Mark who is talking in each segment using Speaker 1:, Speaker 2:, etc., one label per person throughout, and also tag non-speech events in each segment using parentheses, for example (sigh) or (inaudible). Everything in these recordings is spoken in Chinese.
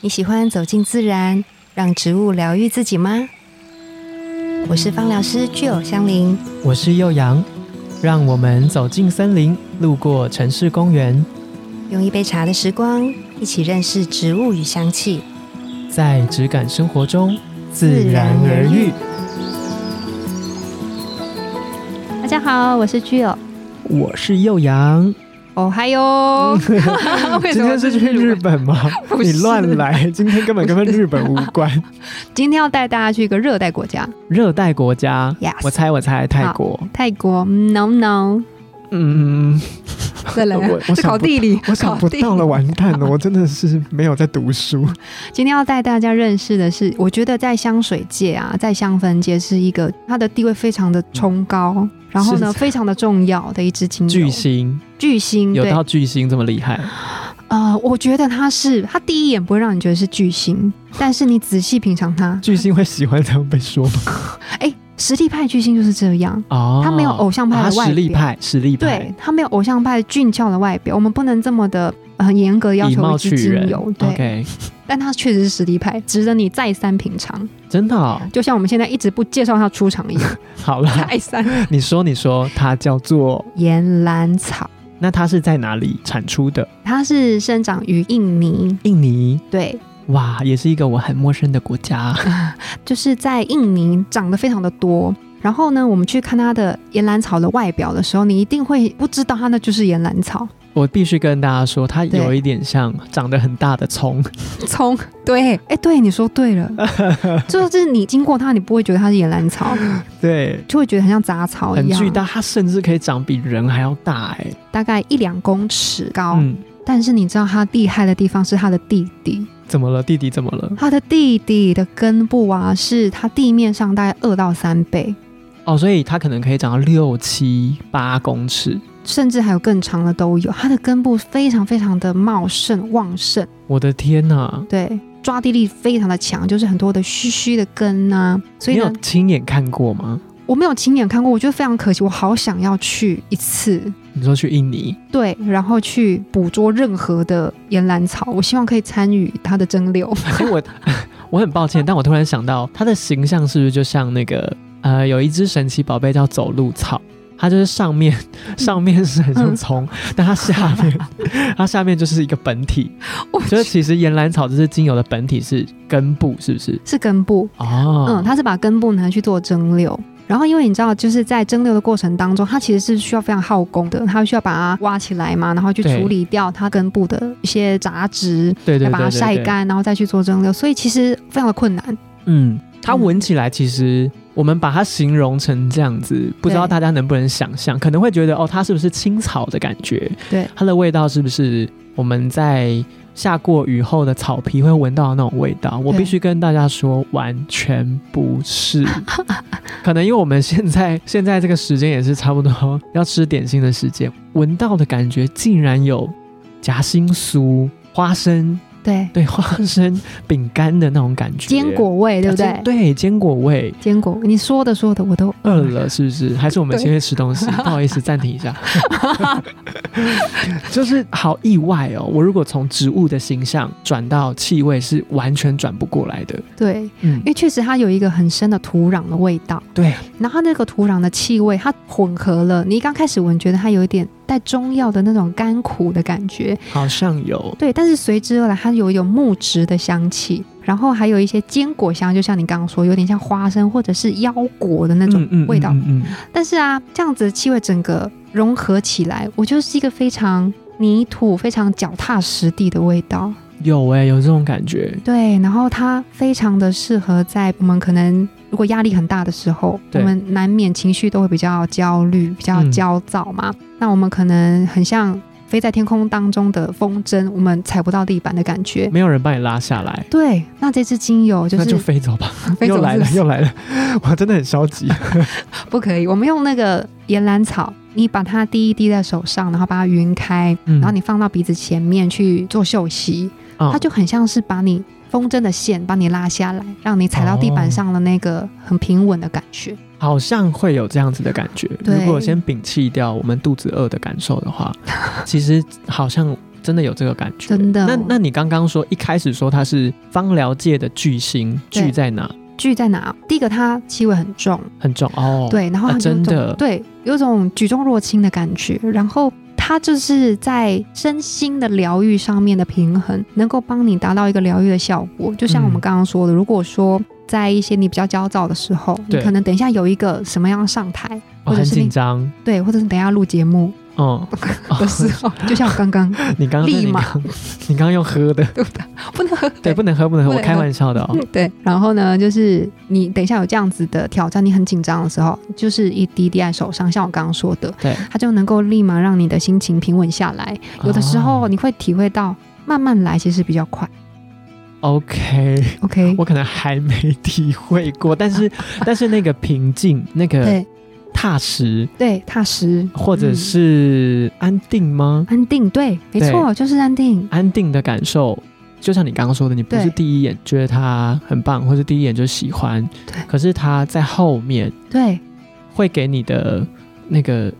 Speaker 1: 你喜欢走进自然，让植物疗愈自己吗？我是芳疗师具有香林，
Speaker 2: 我是幼阳，让我们走进森林，路过城市公园，
Speaker 1: 用一杯茶的时光，一起认识植物与香气。
Speaker 2: 在质感生活中自然而愈。
Speaker 1: 大家好，我是具有。
Speaker 2: 我是幼
Speaker 1: (laughs)
Speaker 2: 阳，
Speaker 1: 哦嗨哟！为
Speaker 2: 今
Speaker 1: 什么
Speaker 2: 天是去日本吗？
Speaker 1: 不
Speaker 2: 你
Speaker 1: 是
Speaker 2: 乱来，今天根本跟日本无
Speaker 1: (laughs)
Speaker 2: 关。
Speaker 1: (laughs) 今天要带大家去一个热带国家，
Speaker 2: 热带国家
Speaker 1: Yes
Speaker 2: 我猜我猜泰国。
Speaker 1: 泰国。嗯 No no，
Speaker 2: 嗯，
Speaker 1: 再来啊
Speaker 2: (laughs) 我，我
Speaker 1: 这考
Speaker 2: 想不
Speaker 1: 地理，
Speaker 2: 我想
Speaker 1: 考
Speaker 2: 不
Speaker 1: 地理
Speaker 2: 到了，完蛋了！我真的是没有在读书。
Speaker 1: 今天要带大家认识的是，我觉得在香水界啊，在香氛界是一个它的地位非常的崇高，然后呢
Speaker 2: 是
Speaker 1: 非常的重要的一支精油
Speaker 2: 巨星
Speaker 1: 巨星
Speaker 2: 有
Speaker 1: 嗯对
Speaker 2: 到巨星这么厉害？
Speaker 1: 呃，我觉得它是它第一眼不会让你觉得是巨
Speaker 2: (laughs)
Speaker 1: 星，但是你仔细品尝它，
Speaker 2: 巨星会喜欢这样被说吗？
Speaker 1: 哎，实力派巨星就是这样，
Speaker 2: 哦，
Speaker 1: 他没有偶像派
Speaker 2: 他
Speaker 1: 的外表，
Speaker 2: 实力派，实力派。
Speaker 1: 对他没有偶像派俊俏的外表，我们不能这么的呃很严格要
Speaker 2: 以
Speaker 1: 求
Speaker 2: 貌
Speaker 1: 一
Speaker 2: 取
Speaker 1: 支精
Speaker 2: 人
Speaker 1: 油，对
Speaker 2: OK，
Speaker 1: 但它确实是实力派，值得你再三品尝，
Speaker 2: 真的、 (laughs) 哦、
Speaker 1: 就像我们现在一直不介绍它出场一样。
Speaker 2: (laughs) 好了，
Speaker 1: 泰山
Speaker 2: 你说你说，它叫做
Speaker 1: 岩兰草，
Speaker 2: 那它是在哪里产出的？
Speaker 1: 它是生长于印尼，
Speaker 2: 印尼，
Speaker 1: 对，
Speaker 2: 哇，也是一个我很陌生的国 (laughs) 家。
Speaker 1: 就是在印尼长得非常的多。然后呢，我们去看它的岩兰草的外表的时候，你一定会不知道它那就是岩兰草
Speaker 2: 我必须跟大家说，它
Speaker 1: 对
Speaker 2: 有一点像长得很大的葱，
Speaker 1: 葱。对，哎，对，你说对
Speaker 2: (laughs)
Speaker 1: 了，就是你经过它，你不会觉得它是岩兰
Speaker 2: (laughs)
Speaker 1: 草，
Speaker 2: 对，
Speaker 1: 就会觉得很像杂草一
Speaker 2: 很
Speaker 1: 样，
Speaker 2: 巨，大，它甚至可以长比人还要大哎、
Speaker 1: 大概一两公尺高。
Speaker 2: 嗯，
Speaker 1: 但是你知道它厉害的地方是它的弟弟，
Speaker 2: 怎么了，弟弟？怎么了？
Speaker 1: 它的弟弟的根部啊，是它地面上大概二到三倍。
Speaker 2: 哦，所以它可能可以长到六七八公尺。
Speaker 1: 甚至还有更长的都有。它的根部非常非常的茂盛旺盛，
Speaker 2: 我的天呐！
Speaker 1: 对，抓地力非常的强，就是很多的须须的根啊。所
Speaker 2: 你
Speaker 1: 以
Speaker 2: 有
Speaker 1: 呢，
Speaker 2: 亲眼看过吗？
Speaker 1: 我没有亲眼看过，我觉得非常可惜，我好想要去一次。
Speaker 2: 你说去印尼，
Speaker 1: 对，然后去捕捉任何的岩兰草，我希望可以参与它的蒸馏。 (laughs)
Speaker 2: (laughs) 哎，我我很抱歉，但我突然想到，它的形象是不是就像那个呃，有一只神奇宝贝叫走路草，它就是
Speaker 1: (laughs)
Speaker 2: 上面上面是很像葱，
Speaker 1: 嗯
Speaker 2: 但它下面它下面就是一个本体。
Speaker 1: 我
Speaker 2: 就是其实岩兰草这支精油的本体是根部，是不是？
Speaker 1: 是根部，
Speaker 2: 哦，
Speaker 1: 嗯，它是把根部拿去做蒸馏。然后，因为你知道，就是在蒸馏的过程当中，它其实是需要非常耗工的，它需要把它挖起来嘛，然后去
Speaker 2: 对
Speaker 1: 处理掉它根部的一些杂质，
Speaker 2: 对对
Speaker 1: 要
Speaker 2: 对
Speaker 1: 把它
Speaker 2: 对
Speaker 1: 晒
Speaker 2: 对。
Speaker 1: 干，然后再去做蒸馏，所以其实非常的困难。
Speaker 2: 嗯，它
Speaker 1: 嗯
Speaker 2: 闻起来其实。我们把它形容成这样子，不知道
Speaker 1: 对
Speaker 2: 大家能不能想象？可能会觉得哦，它是不是青草的感觉？
Speaker 1: 对，
Speaker 2: 它的味道是不是我们在下过雨后的草皮会闻到的那种味道？我
Speaker 1: 对
Speaker 2: 必须跟大家说，完全不
Speaker 1: (laughs)
Speaker 2: 是。可能因为我们现在现在这个时间也是差不多要吃点心的时间，闻到的感觉竟然有夹心酥、花生，
Speaker 1: 对，
Speaker 2: 对花生饼干的那种感觉，
Speaker 1: 坚果味，对不
Speaker 2: 啊
Speaker 1: 对
Speaker 2: 坚？对，坚果味。
Speaker 1: 坚果，你说的说的我都
Speaker 2: 饿了是不是？还是我们
Speaker 1: 对
Speaker 2: 先去吃
Speaker 1: (laughs)
Speaker 2: 东西？不好意思，暂停一下。就是好意外哦！我如果从植物的形象转到气味，是完全转不过来的。
Speaker 1: 对，
Speaker 2: 嗯
Speaker 1: 因，为确实它有一个很深的土壤的味道，
Speaker 2: 对，
Speaker 1: 然后那个土壤的气味它混合了，你刚开始闻觉得它有一点带中药的那种甘苦的感觉，
Speaker 2: 好像有。
Speaker 1: 对，但是随之而来它有一种木质的香气，然后还有一些坚果香，就像你刚刚说，有点像花生或者是腰果的那种味道。
Speaker 2: 嗯嗯嗯嗯
Speaker 1: 但是啊，这样子的气味整个融合起来，我觉得是一个非常泥土、非常脚踏实地的味道。
Speaker 2: 有哎、有这种感觉。
Speaker 1: 对，然后它非常的适合在我们可能如果压力很大的时候，我
Speaker 2: 对
Speaker 1: 们难免情绪都会比较焦虑、比较
Speaker 2: 嗯
Speaker 1: 焦躁嘛。那我们可能很像飞在天空当中的风筝，我们踩不到地板的感觉。
Speaker 2: 没有人把你拉下来，
Speaker 1: 对，那这支精油就
Speaker 2: 那
Speaker 1: 是
Speaker 2: 就飞走吧。
Speaker 1: (laughs) 飞走
Speaker 2: 又来
Speaker 1: 是不
Speaker 2: 了，
Speaker 1: 是
Speaker 2: 又来了，我真的很消极。
Speaker 1: 不可以，我们用那个岩兰草，你把它滴一滴在手上，然后把它匀开，(laughs)
Speaker 2: 嗯
Speaker 1: 然后你放到鼻子前面去做嗅吸，
Speaker 2: 啊
Speaker 1: 它就很像是把你风筝的线把你拉下来，让你踩到地板上的那个很平稳的感觉。
Speaker 2: 好像会有这样子的感觉。
Speaker 1: 对 (laughs)
Speaker 2: 如果先摒弃掉我们肚子饿的感受的话，其实好像真的有这个感觉。
Speaker 1: 真的
Speaker 2: 那那你刚刚说一开始说它是芳疗界的巨星，
Speaker 1: 对
Speaker 2: 巨在哪？
Speaker 1: 剧在哪？第一个，它气味很重，
Speaker 2: 很重哦。，
Speaker 1: 对，然后
Speaker 2: 啊
Speaker 1: 它就有
Speaker 2: 真
Speaker 1: 种
Speaker 2: 的
Speaker 1: 对，有种举重若轻的感觉。然后它就是在身心的疗愈上面的平衡，能够帮你达到一个疗愈的效果。就像我们
Speaker 2: 嗯
Speaker 1: 刚刚说的，如果说在一些你比较焦躁的时候，你
Speaker 2: 对
Speaker 1: 可能等一下有一个什么样上台，或
Speaker 2: 哦、很
Speaker 1: 者是你
Speaker 2: 紧张。
Speaker 1: 对，或者是等一下录节目 (laughs)
Speaker 2: 嗯，
Speaker 1: 的时候，就像我刚刚
Speaker 2: 你刚刚
Speaker 1: 立
Speaker 2: 你
Speaker 1: 马
Speaker 2: 刚你刚刚用喝的，
Speaker 1: 对不对？不能喝
Speaker 2: 对，不能喝，不能喝，
Speaker 1: 不能喝
Speaker 2: 我开玩笑的哦。
Speaker 1: 嗯对，然后呢，就是你等一下有这样子的挑战，你很紧张的时候，就是一滴滴在手上，像我刚刚说的，
Speaker 2: 对，
Speaker 1: 它就能够立马让你的心情平稳下来。 (laughs) 有的时候
Speaker 2: 哦
Speaker 1: 你会体会到，慢慢来其实比较快。 (laughs)
Speaker 2: OK，
Speaker 1: OK，
Speaker 2: 我可能还没体会过，但是但是那个平静，那个
Speaker 1: 对
Speaker 2: 踏实，
Speaker 1: 对，踏实
Speaker 2: 或者
Speaker 1: 嗯
Speaker 2: 是安定吗？
Speaker 1: 安定，对，没
Speaker 2: 对
Speaker 1: 错，就是安定。
Speaker 2: 安定的感受，就像你刚刚说的，你不是
Speaker 1: 对
Speaker 2: 第一眼觉得他很棒，或是第一眼就喜欢，
Speaker 1: 对
Speaker 2: 可是他在后面
Speaker 1: 对
Speaker 2: 会给你的那个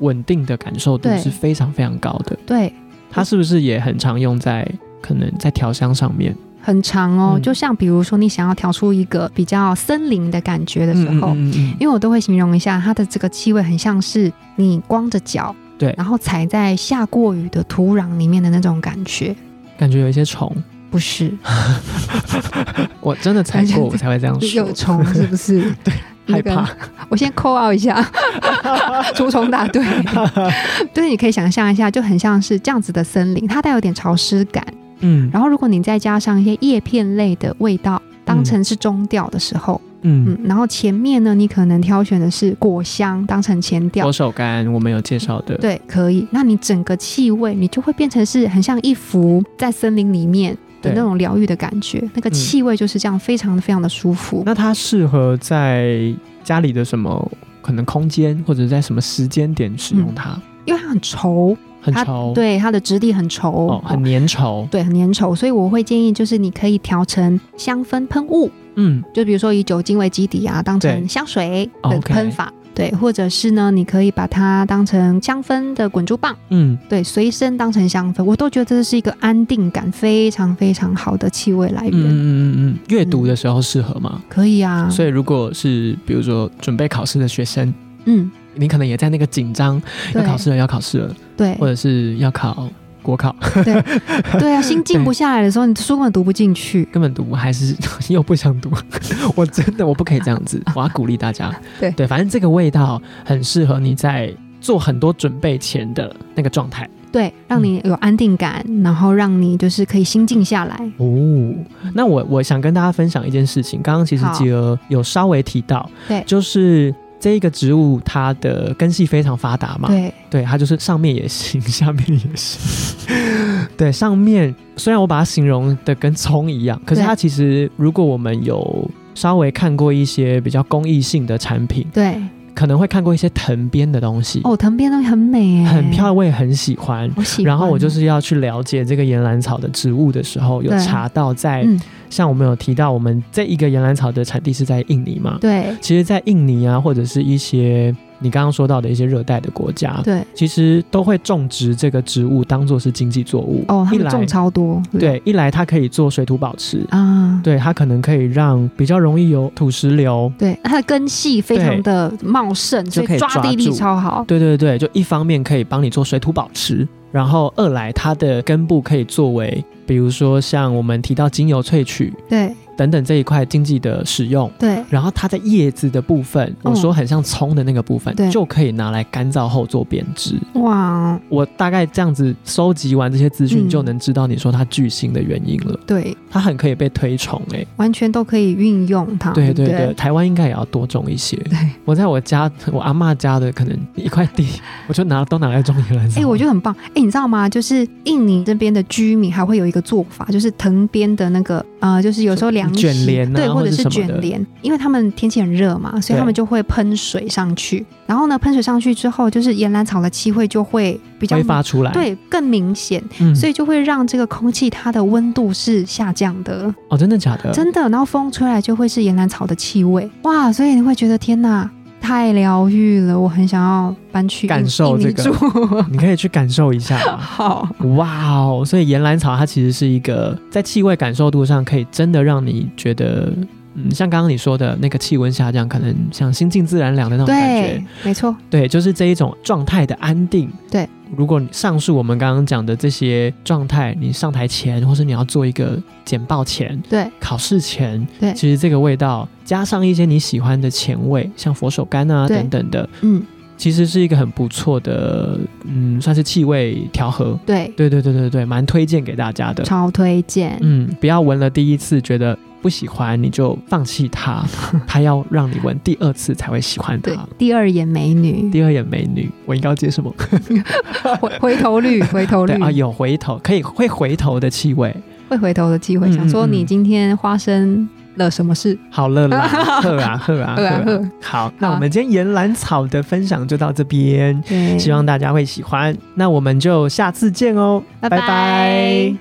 Speaker 2: 稳定的感受度
Speaker 1: 对
Speaker 2: 是非常非常高的。
Speaker 1: 对，
Speaker 2: 它是不是也很常用在可能在调香上面？
Speaker 1: 很长哦。
Speaker 2: 嗯
Speaker 1: 就像比如说，你想要调出一个比较森林的感觉的时候，
Speaker 2: 嗯嗯
Speaker 1: 因为我都会形容一下它的这个气味，很像是你光着脚，
Speaker 2: 对
Speaker 1: 然后踩在下过雨的土壤里面的那种感觉，
Speaker 2: 感觉有一些虫，
Speaker 1: 不是
Speaker 2: 我真的踩
Speaker 1: 感觉
Speaker 2: 过，我才会这样
Speaker 1: (laughs)
Speaker 2: 说嗯
Speaker 1: 有。虫是不是？
Speaker 2: (laughs)
Speaker 1: 对，
Speaker 2: 害怕。
Speaker 1: 我先扣 out 一下， (laughs) 除虫大
Speaker 2: (laughs)
Speaker 1: 队。对，你可以想象一下，就很像是这样子的森林，它带有点潮湿感。
Speaker 2: 嗯
Speaker 1: 然后，如果你再加上一些叶片类的味道，当成是中调的时候，
Speaker 2: 嗯，
Speaker 1: 嗯，然后前面呢，你可能挑选的是果香当成前调
Speaker 2: 佛，手柑我们有介绍的，
Speaker 1: 对，可以。那你整个气味，你就会变成是很像一幅在森林里面的那种疗愈的感觉，那个气味就是这样，非常非常的舒服。
Speaker 2: 那它适合在家里的什么可能空间，或者在什么时间点使用它？
Speaker 1: 因为它很稠，
Speaker 2: 很
Speaker 1: 它
Speaker 2: 稠，
Speaker 1: 对它的质地很稠，
Speaker 2: 哦，很粘稠，
Speaker 1: 对，很粘稠，所以我会建议就是你可以调成香氛喷雾，
Speaker 2: 嗯，
Speaker 1: 就比如说以酒精为基底啊，当
Speaker 2: 对哦
Speaker 1: 成香水的
Speaker 2: OK
Speaker 1: 喷法。对，或者是呢，你可以把它当成香氛的滚珠棒，
Speaker 2: 嗯，
Speaker 1: 对，随身当成香氛，我都觉得这是一个安定感非常非常好的气味来源。
Speaker 2: 嗯嗯嗯嗯嗯，阅读的时候适合吗？
Speaker 1: 可以啊，
Speaker 2: 所以如果是比如说准备考试的学生，
Speaker 1: 嗯，
Speaker 2: 你可能也在那个紧张要
Speaker 1: 对，
Speaker 2: 考试了，要考试了，
Speaker 1: 对
Speaker 2: 或者是要考国考，
Speaker 1: 对
Speaker 2: (laughs)
Speaker 1: 啊，心静不下来的时候，你书根本读不进去。
Speaker 2: 根本读还是又不想读，我真的我不可以这样子，我要鼓励大家，
Speaker 1: 对
Speaker 2: 对，反正这个味道很适合你在做很多准备前的那个状态。
Speaker 1: 对，让你有安定感，然后让你就是可以心静下来。
Speaker 2: 哦，那我我想跟大家分享一件事情，刚刚其实
Speaker 1: 好
Speaker 2: 吉儿有稍微提到，
Speaker 1: 对
Speaker 2: 就是这一个植物它的根系非常发达嘛，
Speaker 1: 对，
Speaker 2: 对，它就是上面也行， (laughs) 下面也行。 (laughs) 对，上面虽然我把它形容的跟葱一样，可是
Speaker 1: 对
Speaker 2: 它其实如果我们有稍微看过一些比较工艺性的产品，
Speaker 1: 对，
Speaker 2: 可能会看过一些藤编的东西，
Speaker 1: 哦，藤编东西很美哎，
Speaker 2: 很漂亮，我也很喜欢。
Speaker 1: 我喜欢。
Speaker 2: 然后我就是要去了解这个岩兰草的植物的时候，有
Speaker 1: 对
Speaker 2: 查到在、
Speaker 1: 嗯，
Speaker 2: 像我们有提到，我们这一个岩兰草的产地是在印尼嘛？
Speaker 1: 对
Speaker 2: 其实，在印尼啊，或者是一些你刚刚说到的一些热带的国家，
Speaker 1: 对，
Speaker 2: 其实都会种植这个植物当做是经济作物。
Speaker 1: 哦，他
Speaker 2: 一
Speaker 1: 们
Speaker 2: 来
Speaker 1: 种超多，
Speaker 2: 对，一来它可以做水土保持，
Speaker 1: 啊，
Speaker 2: 对，它可能可以让比较容易有土石流。
Speaker 1: 对，它的根系非常的茂盛，所
Speaker 2: 就可以
Speaker 1: 以抓
Speaker 2: 抓
Speaker 1: 地力
Speaker 2: 住
Speaker 1: 超好。
Speaker 2: 对对对，就一方面可以帮你做水土保持，然后二来它的根部可以作为，比如说像我们提到精油萃取
Speaker 1: 对
Speaker 2: 等等这一块经济的使用。
Speaker 1: 对
Speaker 2: 然后它在叶子的部分，
Speaker 1: 嗯
Speaker 2: 我说很像葱的那个部分，
Speaker 1: 对
Speaker 2: 就可以拿来干燥后做编织。
Speaker 1: 哇，
Speaker 2: 我大概这样子收集完这些资
Speaker 1: 嗯
Speaker 2: 讯，就能知道你说它巨星的原因了。
Speaker 1: 对，
Speaker 2: 它很可以被推崇哎、
Speaker 1: 完全都可以运用它。
Speaker 2: 对
Speaker 1: 不
Speaker 2: 对对，台湾应该也要多种一些。
Speaker 1: 啊对。
Speaker 2: 我在我家，我阿嬷家的可能一块地，我就拿都拿来种野兰草。
Speaker 1: 哎、我觉得很棒。哎、你知道吗？就是印尼这边的居民还会有一个做法，就是藤编的那个呃，就是有时候凉席
Speaker 2: 卷帘啊
Speaker 1: 对，
Speaker 2: 或
Speaker 1: 或者是
Speaker 2: 者什么的
Speaker 1: 卷帘，因为他们天气很热嘛，所以他们
Speaker 2: 对
Speaker 1: 就会喷水上去。然后呢，喷水上去之后，就是岩兰草的气味就会比较
Speaker 2: 挥发出来，，
Speaker 1: 对更明显，
Speaker 2: 嗯
Speaker 1: 所以就会让这个空气它的温度是下降的，
Speaker 2: 嗯哦，真的假的？
Speaker 1: 真的。然后风吹来就会是岩兰草的气味，哇！所以你会觉得天哪。太疗愈了，我很想要搬去
Speaker 2: 感受
Speaker 1: 印尼
Speaker 2: 这个
Speaker 1: 住
Speaker 2: 你可以去感受一下
Speaker 1: (laughs)
Speaker 2: 嘛。
Speaker 1: 好，
Speaker 2: 哇哦！所以岩兰草它其实是一个在气味感受度上，可以真的让你觉得，嗯，像刚刚你说的那个气温下降，可能像心静自然凉的那种感觉
Speaker 1: 对。，没错，
Speaker 2: 对，就是这一种状态的安定。
Speaker 1: 对，
Speaker 2: 如果你上述我们刚刚讲的这些状态，你上台前，或是你要做一个简报前、
Speaker 1: 对
Speaker 2: 考试前，
Speaker 1: 对
Speaker 2: 其实这个味道加上一些你喜欢的前味，像佛手柑啊
Speaker 1: 对
Speaker 2: 等等的，
Speaker 1: 嗯，
Speaker 2: 其实是一个很不错的，嗯，算是气味调和。
Speaker 1: 对，
Speaker 2: 对对对对对，蛮推荐给大家的。
Speaker 1: 超推荐，
Speaker 2: 嗯，不要闻了第一次觉得不喜欢你就放
Speaker 1: (laughs)
Speaker 2: 弃它，它要让你闻第二次才会喜欢
Speaker 1: 对
Speaker 2: 它。，
Speaker 1: 第二眼美女，
Speaker 2: 第二眼美女，我应该要接
Speaker 1: (laughs)
Speaker 2: 什么？
Speaker 1: 回回头
Speaker 2: (laughs)
Speaker 1: 率，回头率
Speaker 2: 对啊，有回头可以会回头的气味。
Speaker 1: 会回头的机会，
Speaker 2: 嗯
Speaker 1: 想说
Speaker 2: 嗯嗯
Speaker 1: 你今天发生了什么事？
Speaker 2: 好了啦，
Speaker 1: (laughs)
Speaker 2: 喝啊喝啊
Speaker 1: 喝啊
Speaker 2: 喝
Speaker 1: 喝
Speaker 2: 啊！好，那
Speaker 1: 好
Speaker 2: 我们今天岩兰草的分享就到这边，
Speaker 1: 对，
Speaker 2: 希望大家会喜欢。那我们就下次见哦，
Speaker 1: 拜拜